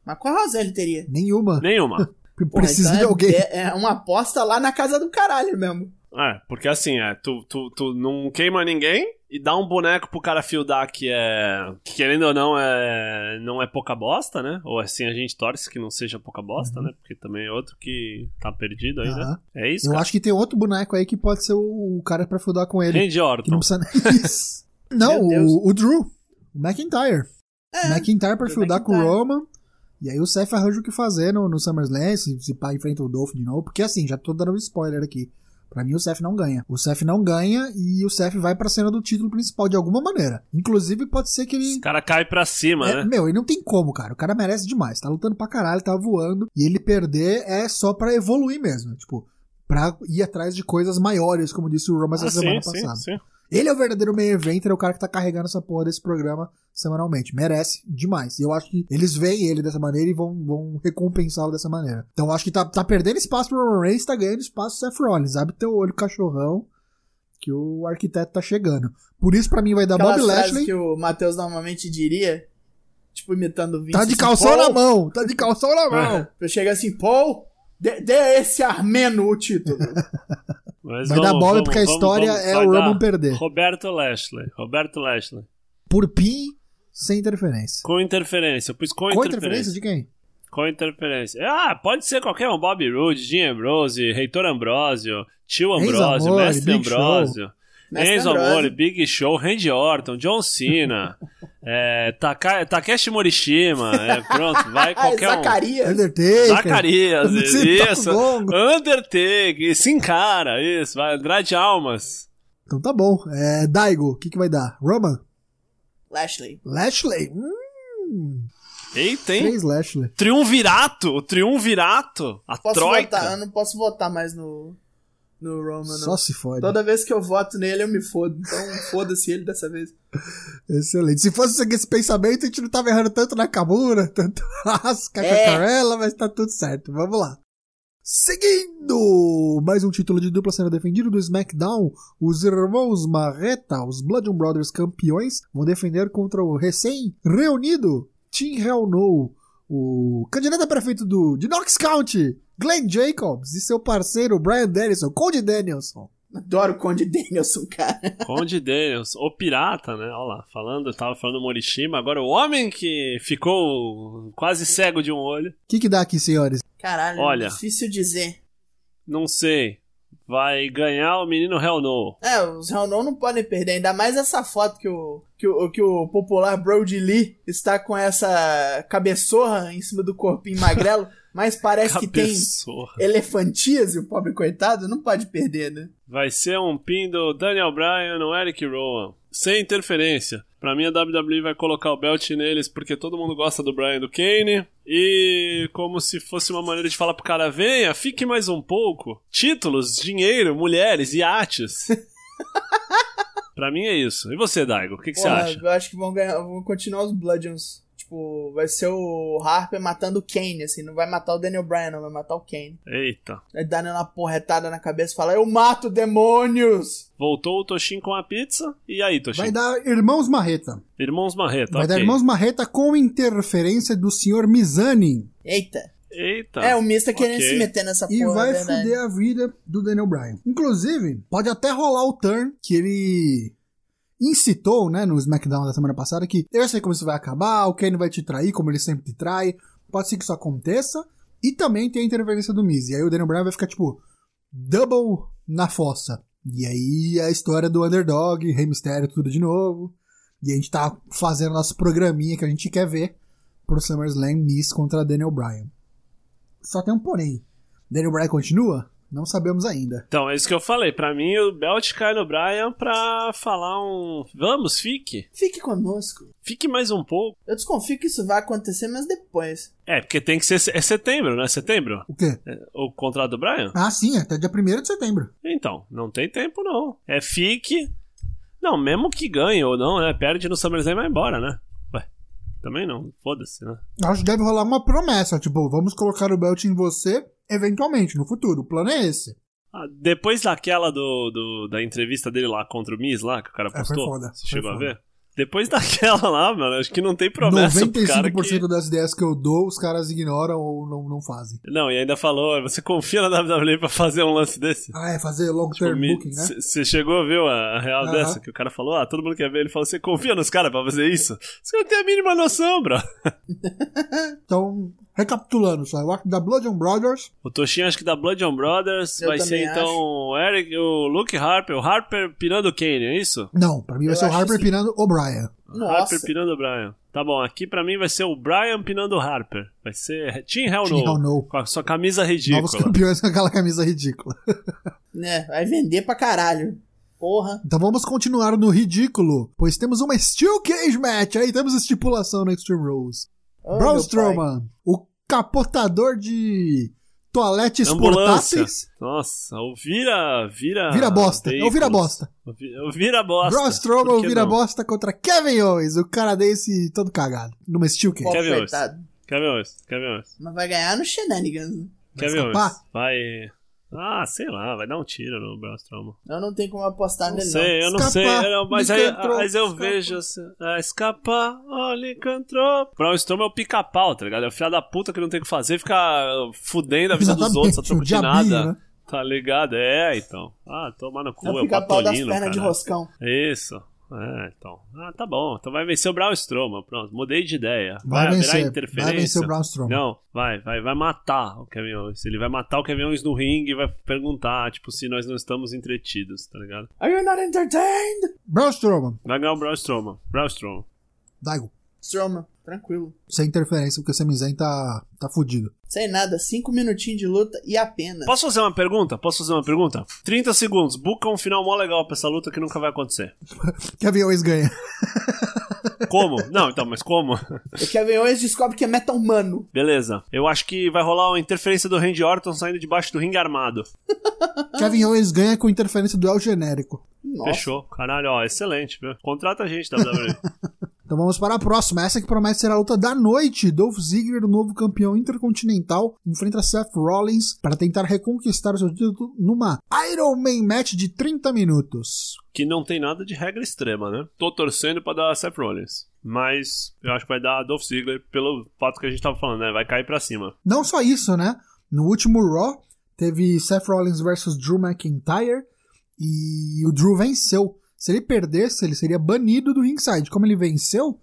Speaker 3: Mas qual razão ele teria?
Speaker 1: Nenhuma.
Speaker 2: Nenhuma.
Speaker 3: Porra,
Speaker 1: Precisa
Speaker 3: então
Speaker 1: de
Speaker 3: é-
Speaker 1: alguém.
Speaker 3: É, é uma aposta lá na casa do caralho mesmo.
Speaker 2: É, porque assim, é, tu, tu, tu não queima ninguém e dá um boneco pro cara fieldar que é. que querendo ou não, é. não é pouca bosta, né? Ou assim a gente torce que não seja pouca bosta, né? Porque também é outro que tá perdido aí, né?
Speaker 1: Uhum. Aham.
Speaker 2: É isso,
Speaker 1: Eu
Speaker 2: cara.
Speaker 1: acho que tem outro boneco aí que pode ser o, o cara pra fudar com ele.
Speaker 2: Randy
Speaker 1: Que não
Speaker 2: Orton.
Speaker 1: precisa nem isso. Não,
Speaker 3: Meu Deus.
Speaker 1: o, o Drew. O McIntyre.
Speaker 3: É.
Speaker 1: McIntyre pra
Speaker 3: Drew
Speaker 1: fudar com o
Speaker 3: McIntyre.
Speaker 1: Roman. E aí o Seth arranja o que fazer no, no SummerSlam, se, se pá, enfrenta o Dolph de novo. Porque assim, já tô dando um spoiler aqui. Pra mim o Seth não ganha. O Seth não ganha e o Seth vai pra cena do título principal de alguma maneira. Inclusive pode ser que ele...
Speaker 2: O cara cai pra cima,
Speaker 1: É,
Speaker 2: né?
Speaker 1: meu, e não tem como, cara. O cara merece demais. Tá lutando pra caralho, tá voando. E ele perder é só pra evoluir mesmo. Tipo, pra ir atrás de coisas maiores, como disse o Roma essa
Speaker 2: Ah,
Speaker 1: semana
Speaker 2: sim, sim,
Speaker 1: passada.
Speaker 2: sim.
Speaker 1: Ele é o verdadeiro main eventer, é o cara que tá carregando essa porra desse programa semanalmente. Merece demais. E eu acho que eles veem ele dessa maneira e vão, vão recompensá-lo dessa maneira. Então eu acho que tá, tá perdendo espaço pro Roman Reigns, tá ganhando espaço pro Seth Rollins. Abre teu olho, cachorrão, que o arquiteto tá chegando. Por isso, pra mim, vai dar
Speaker 3: Aquela
Speaker 1: É Bob
Speaker 3: frase
Speaker 1: Lashley.
Speaker 3: que o Matheus normalmente diria, tipo imitando o Vince.
Speaker 1: Tá de
Speaker 3: assim,
Speaker 1: calção na
Speaker 3: "Pô,
Speaker 1: mão, tá de calção
Speaker 2: É,
Speaker 1: na mão.
Speaker 3: Não, eu chego assim, Paul, dê, dê a esse armeno o título.
Speaker 2: Mas
Speaker 1: Vai dar
Speaker 2: vamos,
Speaker 1: bola
Speaker 2: vamos,
Speaker 1: porque a
Speaker 2: vamos,
Speaker 1: história
Speaker 2: vamos.
Speaker 1: é
Speaker 2: Vai
Speaker 1: o
Speaker 2: dar.
Speaker 1: Roman perder.
Speaker 2: Roberto Lashley. Roberto Lashley.
Speaker 1: Por pin, sem interferência.
Speaker 2: Com interferência. Eu pus com,
Speaker 1: Com interferência
Speaker 2: interferência.
Speaker 1: de quem?
Speaker 2: Com interferência. Ah, pode ser qualquer um. Bob Roode, Jim Ambrose, Reitor Ambrosio, Tio
Speaker 1: Enzo
Speaker 2: Ambrosio,
Speaker 1: Amore,
Speaker 2: Mestre
Speaker 1: Big Show.
Speaker 2: Ambrosio,
Speaker 3: Mestre
Speaker 2: Enzo
Speaker 3: Ambrose.
Speaker 2: Amore, Big Show, Randy Orton, John Cena, é, Taka- Takeshi Morishima. É, pronto, vai
Speaker 3: Ah,
Speaker 2: qualquer um.
Speaker 3: Zacarias.
Speaker 1: Undertaker.
Speaker 2: Zacarias,
Speaker 1: Você tá
Speaker 2: isso.
Speaker 1: bom.
Speaker 2: Undertaker, sim, cara, isso. Vai, Andrade Almas.
Speaker 1: Então tá bom. É, Daigo, o que, que vai dar? Roman?
Speaker 3: Lashley.
Speaker 1: Lashley? Hum,
Speaker 2: Eita, hein?
Speaker 1: três Lashley.
Speaker 2: Triunvirato, o triunvirato, a
Speaker 3: Posso
Speaker 2: troika.
Speaker 3: votar, eu não posso votar mais no, no Roman, não.
Speaker 1: Só se fode.
Speaker 3: Toda vez que eu voto nele, eu me fodo. Então foda-se ele dessa vez.
Speaker 1: Excelente. Se fosse seguir esse pensamento, a gente não tava errando tanto na Kamura, tanto Asca,
Speaker 3: É.
Speaker 1: Cacarela, mas tá tudo certo. Vamos lá. Seguindo! Mais um título de dupla sendo defendido do SmackDown. Os irmãos Marreta, os Blood and Brothers campeões, vão defender contra o recém-reunido Team Hell No, o candidato a prefeito do, de Knox County, Glenn Jacobs, e seu parceiro Brian Dennison, Cody Danielson.
Speaker 3: Adoro o Conde Danielson, cara.
Speaker 2: Conde Daniels, o pirata, né? Olha lá, falando, eu tava falando Morishima, agora o homem que ficou quase cego de um olho.
Speaker 1: O que, que dá aqui, senhores?
Speaker 3: Caralho,
Speaker 2: Olha.
Speaker 3: difícil dizer.
Speaker 2: Não sei. Vai ganhar o menino Hell No.
Speaker 3: É, os Hell No não podem perder, ainda mais essa foto que o, que o, que o popular Brody Lee está com essa cabeçorra em cima do corpinho magrelo, mas parece que tem
Speaker 2: Cabeçorra.
Speaker 3: elefantíase, o pobre coitado, não pode perder, né?
Speaker 2: Vai ser um pin do Daniel Bryan ou Eric Rowan. Sem interferência. Pra mim, a WWE vai colocar o belt neles porque todo mundo gosta do Bryan e do Kane. E como se fosse uma maneira de falar pro cara: venha, fique mais um pouco. Títulos, dinheiro, mulheres, iates. pra mim é isso. E você, Daigo? O que, que você
Speaker 3: Porra,
Speaker 2: acha?
Speaker 3: Eu acho que vão ganhar, vão continuar os Bludgeons. Tipo, vai ser o Harper matando o Kane, assim, não vai matar o Daniel Bryan, não, vai matar o Kane.
Speaker 2: Eita.
Speaker 3: Aí dá nela uma porretada na cabeça e fala, eu mato demônios!
Speaker 2: Voltou o Toshin com a pizza. E aí, Toshin?
Speaker 1: Vai dar Irmãos Marreta.
Speaker 2: Irmãos Marreta.
Speaker 1: Vai
Speaker 2: ok.
Speaker 1: dar Irmãos Marreta com interferência do senhor Mizani.
Speaker 3: Eita!
Speaker 2: Eita.
Speaker 3: É, o Mista querendo
Speaker 2: Tá. Ok.
Speaker 3: se meter nessa
Speaker 1: E
Speaker 3: porra, é
Speaker 1: vai
Speaker 3: verdade.
Speaker 1: fuder a vida do Daniel Bryan. Inclusive, pode até rolar o turn que ele incitou, né, no SmackDown da semana passada, que eu sei como isso vai acabar, o Kane vai te trair, como ele sempre te trai. Pode ser que isso aconteça. E também tem a interferência do Miz. E aí o Daniel Bryan vai ficar, tipo, double na fossa. E aí é a história do underdog, Rei Mistério, tudo de novo. E a gente tá fazendo nosso programinha que a gente quer ver pro SummerSlam Miz contra Daniel Bryan. Só tem um porém. Daniel Bryan continua? Não sabemos ainda.
Speaker 2: Então, é isso que eu falei. Pra mim, o Belt cai no Brian pra falar um. Vamos, fique.
Speaker 3: Fique conosco.
Speaker 2: Fique mais um pouco.
Speaker 3: Eu desconfio que isso vai acontecer, mas depois.
Speaker 2: É, porque tem que ser. É setembro, né? Setembro?
Speaker 1: O quê?
Speaker 2: É, O contrato do Brian?
Speaker 1: Ah, sim, até dia 1 de setembro.
Speaker 2: Então, não tem tempo, não. É fique. Não, mesmo que ganhe ou não, né? Perde no SummerSlam e vai embora, né? Ué, também não. Foda-se, né?
Speaker 1: Acho que deve rolar uma promessa, tipo, vamos colocar o belt em você eventualmente, no futuro. O plano é esse.
Speaker 2: Ah, depois daquela do, do- da entrevista dele lá contra o Miz, lá, que o cara
Speaker 1: É, foi
Speaker 2: postou.
Speaker 1: foda,
Speaker 2: Você
Speaker 1: foi
Speaker 2: chegou a
Speaker 1: foda.
Speaker 2: ver? Depois daquela lá, mano, acho que não tem promessa pro cara
Speaker 1: 95%
Speaker 2: que...
Speaker 1: das ideias que eu dou, os caras ignoram ou não, não fazem.
Speaker 2: Não, e ainda falou, você confia na WWE pra fazer um lance desse?
Speaker 1: Ah, é fazer long
Speaker 2: Tipo,
Speaker 1: term
Speaker 2: me-
Speaker 1: booking, né?
Speaker 2: cê- cê chegou a ver a, a real
Speaker 1: Aham.
Speaker 2: dessa? Que o cara falou, ah, todo mundo quer ver. Ele falou, você confia nos caras pra fazer isso? Os caras não têm a mínima noção, bro.
Speaker 1: Então, recapitulando só, eu acho que da Blood and Brothers,
Speaker 2: O Toshin acho que da Blood on Brothers
Speaker 3: Eu
Speaker 2: vai ser
Speaker 3: também
Speaker 2: então o Eric, o Luke Harper, o Harper pirando o Kane, é isso?
Speaker 1: não, pra mim vai
Speaker 3: Eu
Speaker 1: ser o
Speaker 3: acho
Speaker 1: Harper
Speaker 3: assim.
Speaker 1: pinando o Brian.
Speaker 3: Nossa.
Speaker 2: Ah, Harper pinando o Brian. Tá bom, aqui pra mim vai ser o Brian pinando o Harper. Vai ser Team Hell
Speaker 1: Team
Speaker 2: No.
Speaker 1: Hell No.
Speaker 2: Com a sua camisa
Speaker 1: Novos
Speaker 2: ridícula.
Speaker 1: campeões com aquela camisa ridícula.
Speaker 3: Né, vai vender pra caralho. Porra.
Speaker 1: Então vamos continuar no ridículo, pois temos uma Steel Cage Match, aí temos estipulação no Extreme Rules.
Speaker 3: Oh,
Speaker 1: Braun
Speaker 3: meu
Speaker 1: Strowman, o capotador de toaletes
Speaker 2: Ambulância.
Speaker 1: portáteis,
Speaker 2: Nossa, o vira. Vira.
Speaker 1: vira bosta, é o
Speaker 2: veículos.
Speaker 1: vira bosta.
Speaker 2: O vi- O vira bosta.
Speaker 1: Braun Strowman,
Speaker 2: Por
Speaker 1: o
Speaker 2: que
Speaker 1: vira
Speaker 2: não?
Speaker 1: bosta contra Kevin Owens, o canadense todo cagado, numa Steel
Speaker 3: pai.
Speaker 1: Cage.
Speaker 3: Pô,
Speaker 2: Kevin Owens.
Speaker 3: coitado.
Speaker 2: Kevin Owens, Kevin Owens.
Speaker 3: Mas vai ganhar no Shenanigans. né?
Speaker 1: Vai
Speaker 2: Kevin
Speaker 1: escapar?
Speaker 2: Owens. Vai. Ah, sei lá, vai dar um tiro no Braun Strowman.
Speaker 3: Eu não tenho como apostar
Speaker 2: Não
Speaker 3: nele,
Speaker 2: sei, eu não
Speaker 1: Escapar,
Speaker 2: sei. eu- mas, aí, ah,
Speaker 1: Lycantropo,
Speaker 2: mas eu
Speaker 1: escapar.
Speaker 2: vejo assim. Ah, escapar, olha, encantrou. Braun Strowman é o pica-pau, tá ligado? É o filho da puta que não tem o que fazer, fica ah, fudendo é a vida dos
Speaker 1: Exatamente,
Speaker 2: outros a
Speaker 1: o
Speaker 2: troco de
Speaker 1: diabinho,
Speaker 2: nada.
Speaker 1: né?
Speaker 2: Tá ligado? É, então. Ah, tomar no cu,
Speaker 3: não. É
Speaker 2: é
Speaker 3: o
Speaker 2: o
Speaker 3: pica-pau das
Speaker 2: patolino,
Speaker 3: pernas de
Speaker 2: cara.
Speaker 3: roscão.
Speaker 2: Isso. É, então. Ah, tá bom. Então vai vencer o Braun Strowman, pronto. Mudei de ideia.
Speaker 1: Vai,
Speaker 2: virar
Speaker 1: vencer,
Speaker 2: interferência.
Speaker 1: vai vencer o Braun Strowman.
Speaker 2: Não, vai, vai, vai matar o Kevin Owens. Ele vai matar o Kevin Owens no ringue e vai perguntar, tipo, se nós não estamos entretidos, tá ligado?
Speaker 3: Are you not entertained?
Speaker 1: Braun Strowman,
Speaker 2: Vai ganhar o Braun Strowman. Braun Strowman.
Speaker 1: Daigo,
Speaker 3: Strowman, tranquilo.
Speaker 1: sem interferência, porque o Sami Zayn tá, tá fudido.
Speaker 3: Sem nada, cinco minutinhos de luta e apenas.
Speaker 2: Posso fazer uma pergunta? Posso fazer uma pergunta? 30 segundos. Buca um final mó legal pra essa luta que nunca vai acontecer.
Speaker 1: Kevin Owens ganha.
Speaker 2: Como? não, então, mas como?
Speaker 3: O Kevin Owens descobre que é meta humano.
Speaker 2: Beleza. Eu acho que vai rolar uma interferência do Randy Orton saindo debaixo do ringue armado.
Speaker 1: Kevin Owens ganha com interferência do El Genérico.
Speaker 3: Nossa.
Speaker 2: Fechou. Caralho, ó, excelente, viu? Contrata a gente, WWE.
Speaker 1: Então vamos para a próxima. Essa que promete ser a luta da noite. Dolph Ziggler, o novo campeão intercontinental, enfrenta Seth Rollins para tentar reconquistar o seu título numa Iron Man Match de 30 minutos.
Speaker 2: que não tem nada de regra extrema, né? Tô torcendo pra dar Seth Rollins. Mas eu acho que vai dar Dolph Ziggler pelo fato que a gente tava falando, né? Vai cair pra cima.
Speaker 1: Não só isso, né? No último Raw, teve Seth Rollins versus Drew McIntyre e o Drew venceu. Se ele perdesse, ele seria banido do ringside. Como ele venceu,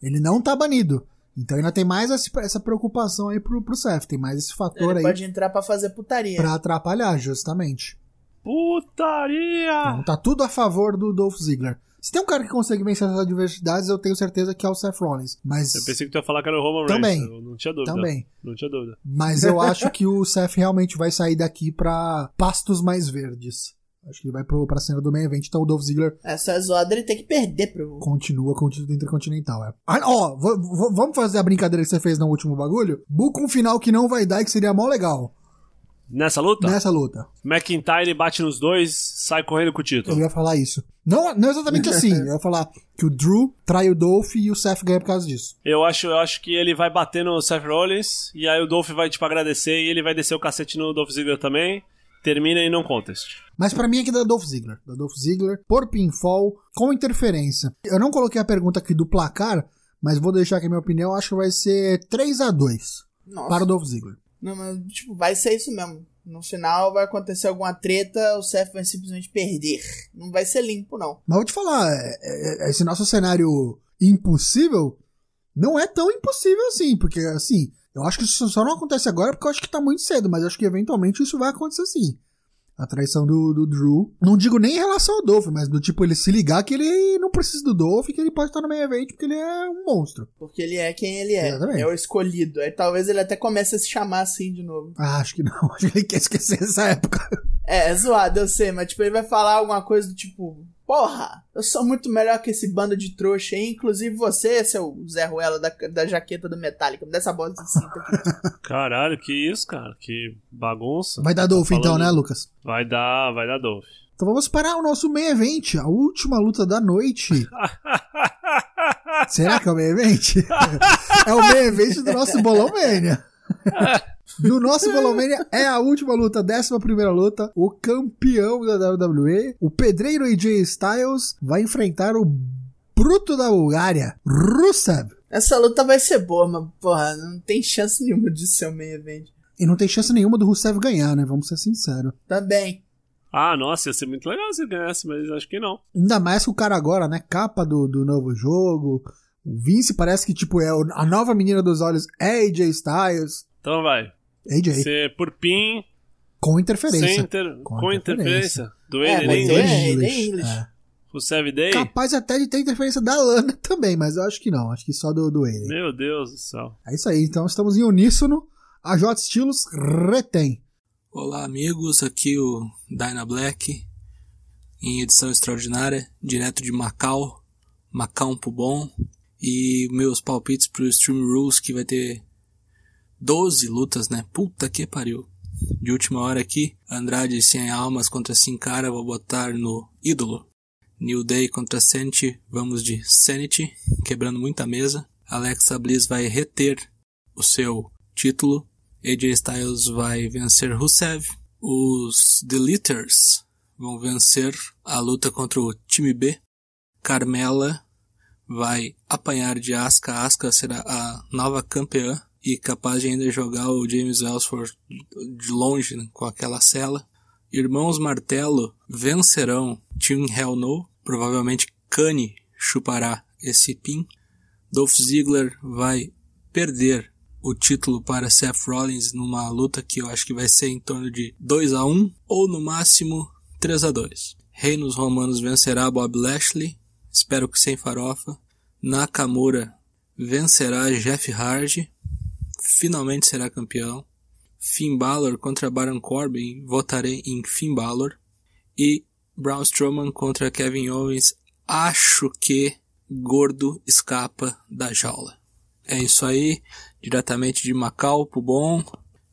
Speaker 1: ele não tá banido. Então ainda tem mais esse- essa preocupação aí pro, pro Seth. Tem mais esse fator
Speaker 3: Ele
Speaker 1: aí
Speaker 3: pode entrar pra fazer putaria.
Speaker 1: pra atrapalhar, justamente.
Speaker 2: Putaria! Ah.
Speaker 1: Então tá tudo a favor do Dolph Ziggler. Se tem um cara que consegue vencer essas adversidades, eu tenho certeza que é o Seth Rollins. Mas
Speaker 2: Eu pensei né? que tu ia falar que era o Roman
Speaker 1: Também.
Speaker 2: Reigns. Eu não tinha dúvida.
Speaker 1: também.
Speaker 2: Não tinha dúvida.
Speaker 1: Mas eu acho que o Seth realmente vai sair daqui pra pastos mais verdes. Acho que ele vai pro, pra cena do main event, então o Dolph Ziggler
Speaker 3: Essa zoada ele tem que perder pro.
Speaker 1: continua com o título intercontinental. É. Ah, ó, v- v- vamos fazer a brincadeira que você fez no último bagulho? Buca um final que não vai dar e que seria mó legal
Speaker 2: Nessa luta,
Speaker 1: nessa luta.
Speaker 2: McIntyre bate nos dois, sai correndo com o
Speaker 1: Eu
Speaker 2: título.
Speaker 1: ia falar isso. Não, não exatamente assim. Eu ia falar que o Drew trai o Dolph e o Seth ganha por causa disso.
Speaker 2: Eu acho, eu acho que ele vai bater no Seth Rollins, e aí o Dolph vai, tipo, agradecer, e ele vai descer o cacete no Dolph Ziggler também. Termina e não contest.
Speaker 1: Mas pra mim é que da Dolph Ziggler. Da Dolph Ziggler, por pinfall, com interferência. Eu não coloquei a pergunta aqui do placar, mas vou deixar aqui a minha opinião. Acho que vai ser 3 a 2
Speaker 3: Nossa.
Speaker 1: para o Dolph Ziggler.
Speaker 3: Não, mas, tipo, vai ser isso mesmo. No final vai acontecer alguma treta, o Seth vai simplesmente perder. Não vai ser limpo, não.
Speaker 1: Mas vou te falar, é- é- é esse nosso cenário impossível não é tão impossível assim, porque assim, eu acho que isso só não acontece agora porque eu acho que tá muito cedo, mas eu acho que eventualmente isso vai acontecer sim. A traição do, do Drew. Não digo nem em relação ao Dolph, mas do tipo ele se ligar que ele não precisa do Dolph, que ele pode estar no meio evento porque ele é um monstro.
Speaker 3: Porque ele é quem ele é.
Speaker 1: Exatamente.
Speaker 3: É o escolhido. Aí talvez ele até comece a se chamar assim de novo.
Speaker 1: Ah, acho que não. Acho que ele quer esquecer essa época.
Speaker 3: É, é zoado, eu sei, mas tipo, ele vai falar alguma coisa do tipo. Porra, eu sou muito melhor que esse bando de trouxa aí, inclusive você, seu Zé Ruela da, da jaqueta do Metallica. Me dá essa bola de cinta aqui.
Speaker 2: Caralho, que isso, cara? Que bagunça.
Speaker 1: Vai dar Dolph então,
Speaker 2: falando-
Speaker 1: né, Lucas?
Speaker 2: Vai dar, vai dar Dolph.
Speaker 1: Então vamos parar o nosso main event, a última luta da noite. Será que é o main event? é o main event do nosso Bolão Mania. No nosso Bolão Mania é a última luta, a décima primeira luta. O campeão da WWE, o pedreiro AJ Styles, vai enfrentar o bruto da Bulgária, Rusev.
Speaker 3: Essa luta vai ser boa, mas, porra, não tem chance nenhuma de ser um o meio evento.
Speaker 1: E não tem chance nenhuma do Rusev ganhar, né? Vamos ser sinceros.
Speaker 3: Também.
Speaker 2: Ah, nossa, ia ser muito legal se ganhasse, mas acho que não.
Speaker 1: Ainda mais que o cara agora, né? Capa do, do novo jogo. O Vince parece que, tipo, é o- a nova menina dos olhos é AJ Styles.
Speaker 2: Então vai.
Speaker 1: AJ,
Speaker 2: Ser por pin,
Speaker 1: com
Speaker 2: sem
Speaker 1: interferência.
Speaker 2: inter...
Speaker 1: Com
Speaker 2: com,
Speaker 1: interferência.
Speaker 2: interferência. Do
Speaker 3: É,
Speaker 2: Eden
Speaker 3: vai ter-
Speaker 2: English,
Speaker 3: é, Eden English.
Speaker 1: É.
Speaker 2: o Seven Day.
Speaker 1: Capaz até de ter interferência da Lana também, mas eu acho que não. Acho que só do, do Aiden.
Speaker 2: Meu Deus do céu.
Speaker 1: É isso aí, então estamos em uníssono. A J Stilos retém.
Speaker 4: Olá, amigos. Aqui o Dyna Black, em edição extraordinária, direto de Macau. Macau pro bom. E meus palpites pro Stream Rules, que vai ter 12 lutas, né? Puta que pariu. De última hora aqui, Andrade sem almas contra Sin Cara, vou botar no ídolo. New Day contra Sanity, vamos de Sanity, quebrando muita mesa. Alexa Bliss vai reter o seu título. AJ Styles vai vencer Rusev. Os Deleters vão vencer a luta contra o time B. Carmela vai apanhar de Asuka. Asuka será a nova campeã e capaz de ainda jogar o James Ellsworth de longe né, com aquela cela. Irmãos Martelo vencerão Team Hell No. Provavelmente Kanye chupará esse pin. Dolph Ziggler vai perder o título para Seth Rollins numa luta que eu acho que vai ser em torno de 2 a 1 ou no máximo 3 a 2. Reinos Romanos vencerá Bob Lashley, espero que sem farofa. Nakamura vencerá Jeff Hardy, finalmente será campeão. Finn Balor contra Baron Corbin, votarei em Finn Balor. E Braun Strowman contra Kevin Owens, acho que Gordo escapa da jaula. É isso aí, diretamente de Macau pro bom,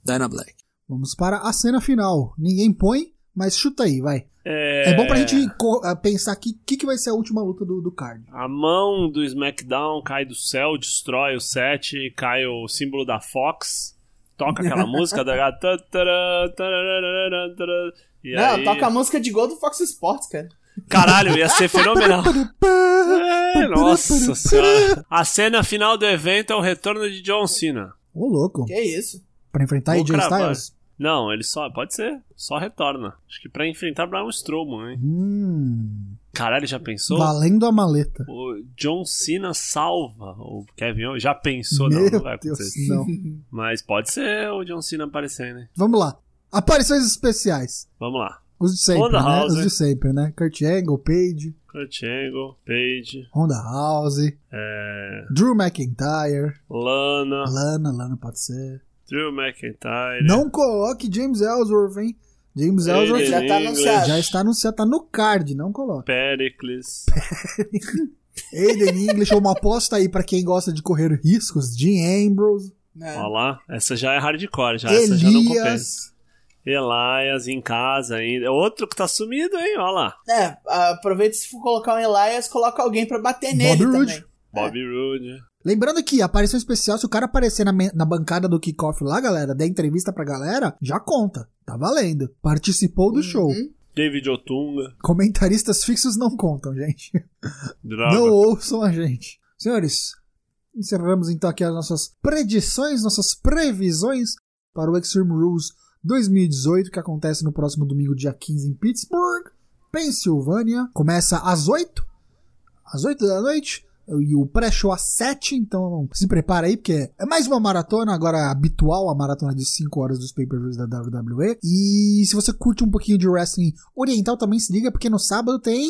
Speaker 4: Dyna Black.
Speaker 1: Vamos para a cena final. Ninguém põe, mas chuta aí, vai.
Speaker 2: É...
Speaker 1: É, bom pra gente co- ah, pensar aqui o que, que vai ser a última luta do, do card.
Speaker 2: A mão do SmackDown cai do céu, destrói o set, cai o símbolo da Fox, toca aquela música da. tá, tará, tarararara, tará, E
Speaker 3: não,
Speaker 2: aí...
Speaker 3: toca a música de gol do Fox Sports, cara.
Speaker 2: Caralho, ia ser fenomenal. É, nossa senhora. A cena final do evento é o retorno de John Cena.
Speaker 1: Ô, louco.
Speaker 3: Que isso.
Speaker 1: Pra enfrentar
Speaker 2: Vou
Speaker 1: AJ
Speaker 2: cravar.
Speaker 1: Styles?
Speaker 2: Não, ele só. Pode ser, só retorna. Acho que pra enfrentar Braun Strowman, hein?
Speaker 1: Hum,
Speaker 2: Caralho, já pensou?
Speaker 1: valendo a maleta.
Speaker 2: O John Cena salva o Kevin Owens. Já pensou?
Speaker 1: Meu
Speaker 2: não, não vai
Speaker 1: Deus,
Speaker 2: acontecer.
Speaker 1: não.
Speaker 2: Mas pode ser o John Cena aparecendo, hein?
Speaker 1: Vamos lá. Aparições especiais.
Speaker 2: Vamos lá.
Speaker 1: Os de sempre,
Speaker 2: Ronda
Speaker 1: né?
Speaker 2: House,
Speaker 1: Os de
Speaker 2: né?
Speaker 1: sempre, né? Kurt Angle, Page,
Speaker 2: Kurt Angle, Paige,
Speaker 1: Honda House,
Speaker 2: é,
Speaker 1: Drew McIntyre,
Speaker 2: Lana,
Speaker 1: Lana, Lana pode ser.
Speaker 2: Drew McIntyre.
Speaker 1: Não coloque James Ellsworth, hein? James
Speaker 2: Ele-
Speaker 1: Ellsworth
Speaker 3: Já tá
Speaker 2: English.
Speaker 3: anunciado.
Speaker 1: já está anunciado, tá no card, não coloque.
Speaker 2: Pericles.
Speaker 1: Aiden English, uma aposta aí pra quem gosta de correr riscos. Jim Ambrose,
Speaker 3: Não.
Speaker 2: Olha lá. Essa já é hardcore, já. Essa já não compensa.
Speaker 1: Elias.
Speaker 2: Elias em casa ainda. Outro que tá sumido, hein? Olha lá.
Speaker 3: É, aproveita se for colocar um Elias, coloca alguém pra bater
Speaker 1: Bobby
Speaker 3: nele
Speaker 1: Roode.
Speaker 3: também.
Speaker 2: Bobby Roode.
Speaker 1: Lembrando que aparição especial, se o cara aparecer na, me- na bancada do kickoff lá, galera, der entrevista pra galera, já conta. Tá valendo. Participou do show.
Speaker 3: Uhum.
Speaker 2: David Otunga.
Speaker 1: Comentaristas fixos não contam, gente.
Speaker 2: Droga.
Speaker 1: Não ouçam a gente. Senhores, encerramos então aqui as nossas predições, nossas previsões para o Extreme Rules 2018, que acontece no próximo domingo, dia 15, em Pittsburgh, Pensilvânia. Começa às 8, às 8 da noite. E o pré-show às 7, então se prepara aí, porque é mais uma maratona, agora habitual, a maratona de 5 horas dos pay-per-views da WWE. E se você curte um pouquinho de wrestling oriental, também se liga, porque no sábado tem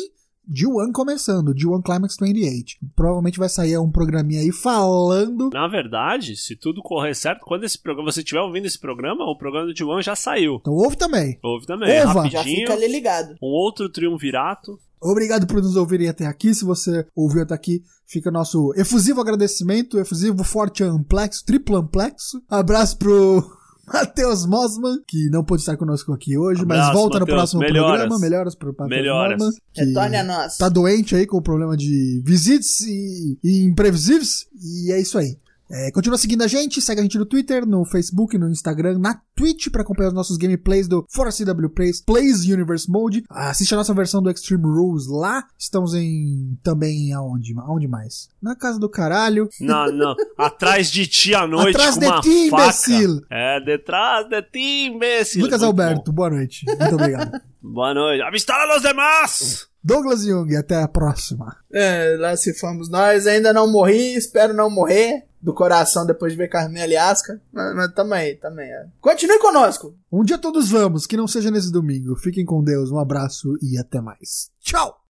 Speaker 1: G1 começando, G1 Climax 28. Provavelmente vai sair um programinha aí falando.
Speaker 2: Na verdade, se tudo correr certo, quando esse programa, você estiver ouvindo esse programa, o programa do Diwan já saiu.
Speaker 1: Então ouve também.
Speaker 2: Ouve também,
Speaker 1: Eva.
Speaker 3: Já
Speaker 2: rapidinho.
Speaker 3: fica ali ligado.
Speaker 2: Um outro triunvirato.
Speaker 1: Obrigado por nos ouvirem até aqui. Se você ouviu até aqui, fica nosso efusivo agradecimento, efusivo forte amplexo, triplo amplexo. Abraço pro Matheus Mosman, que não pôde estar conosco aqui hoje, mas
Speaker 2: Abraço,
Speaker 1: volta no
Speaker 2: Matheus.
Speaker 1: próximo
Speaker 2: Melhoras.
Speaker 1: programa. Melhoras pro Matheus
Speaker 2: Melhoras.
Speaker 1: Mosman. que-
Speaker 3: Retorne a nós.
Speaker 1: tá doente aí com o problema de visites e, e imprevisíveis. E é isso aí. É, continua seguindo a gente, segue a gente no Twitter, no Facebook, no Instagram, na Twitch pra acompanhar os nossos gameplays do Fora CW Plays, Plays Universe Mode. Assiste a nossa versão do Extreme Rules lá. Estamos em também aonde? Aonde mais? Na casa do caralho.
Speaker 2: Não, não. Atrás de ti à noite
Speaker 1: Atrás
Speaker 2: com
Speaker 1: de
Speaker 2: uma
Speaker 1: ti,
Speaker 2: faca.
Speaker 1: imbecil.
Speaker 2: É, detrás de ti, imbecil.
Speaker 1: Lucas
Speaker 2: Muito
Speaker 1: Alberto, boa noite. Muito obrigado.
Speaker 2: bom. Boa noite. Avistar os demais!
Speaker 1: Douglas Jung, até a próxima.
Speaker 3: É, lá se fomos nós. Ainda não morri, espero não morrer. Do coração depois de ver Carmela e Asca. Mas, mas tamo aí, tamo aí. é. Continue conosco.
Speaker 1: Um dia todos vamos, que não seja nesse domingo. Fiquem com Deus, um abraço e até mais. Tchau!